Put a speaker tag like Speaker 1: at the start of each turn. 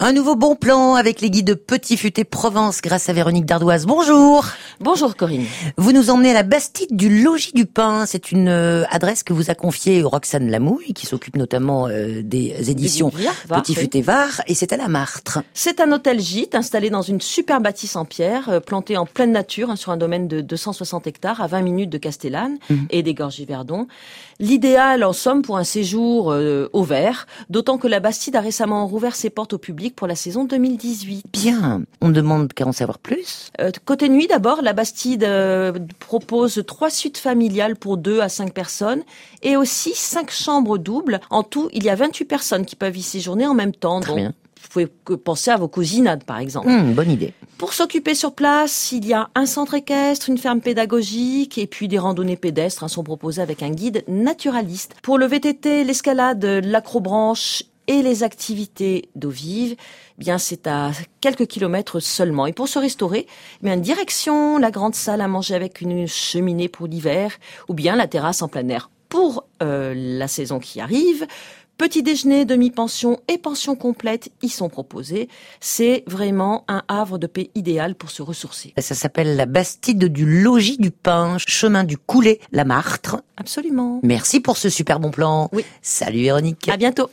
Speaker 1: Un nouveau bon plan avec les guides de Petit Futé Provence grâce à Véronique Dardoise. Bonjour
Speaker 2: Bonjour Corinne.
Speaker 1: Vous nous emmenez à la Bastide du Logis du Pain. C'est une euh, adresse que vous a confiée Roxane Lamouille, qui s'occupe notamment euh, des éditions
Speaker 2: Des Biblias,
Speaker 1: Petit
Speaker 2: parfait.
Speaker 1: Futé Var, et c'est à la Martre.
Speaker 2: C'est un hôtel gîte installé dans une super bâtisse en pierre, euh, plantée en pleine nature hein, sur un domaine de 260 hectares à 20 minutes de Castellane
Speaker 1: Mhm.
Speaker 2: et des gorges du Verdon. L'idéal en somme pour un séjour euh, au vert, d'autant que la Bastide a récemment rouvert ses portes au public pour la saison 2018.
Speaker 1: Bien, on ne demande qu'à en savoir plus.
Speaker 2: Euh, côté nuit d'abord, la Bastide euh, propose trois suites familiales pour deux à cinq personnes et aussi cinq chambres doubles. En tout, il y a 28 personnes qui peuvent y séjourner en même temps.
Speaker 1: Très
Speaker 2: Donc,
Speaker 1: bien.
Speaker 2: Vous pouvez que penser à vos cousinades, par exemple.
Speaker 1: Hum, bonne idée.
Speaker 2: Pour s'occuper sur place, il y a un centre équestre, une ferme pédagogique et puis des randonnées pédestres hein, sont proposées avec un guide naturaliste. Pour le VTT, l'escalade, l'acrobranche et les activités d'eau vive, eh bien c'est à quelques kilomètres seulement. Et pour se restaurer, eh bien direction la grande salle à manger avec une cheminée pour l'hiver ou bien la terrasse en plein air pour euh, la saison qui arrive. Petit déjeuner, demi-pension et pension complète y sont proposés. C'est vraiment un havre de paix idéal pour se ressourcer.
Speaker 1: Ça s'appelle la Bastide du Logis du Pain, chemin du Coulet, la Martre.
Speaker 2: Absolument.
Speaker 1: Merci pour ce super bon plan.
Speaker 2: Oui.
Speaker 1: Salut Véronique.
Speaker 2: À bientôt.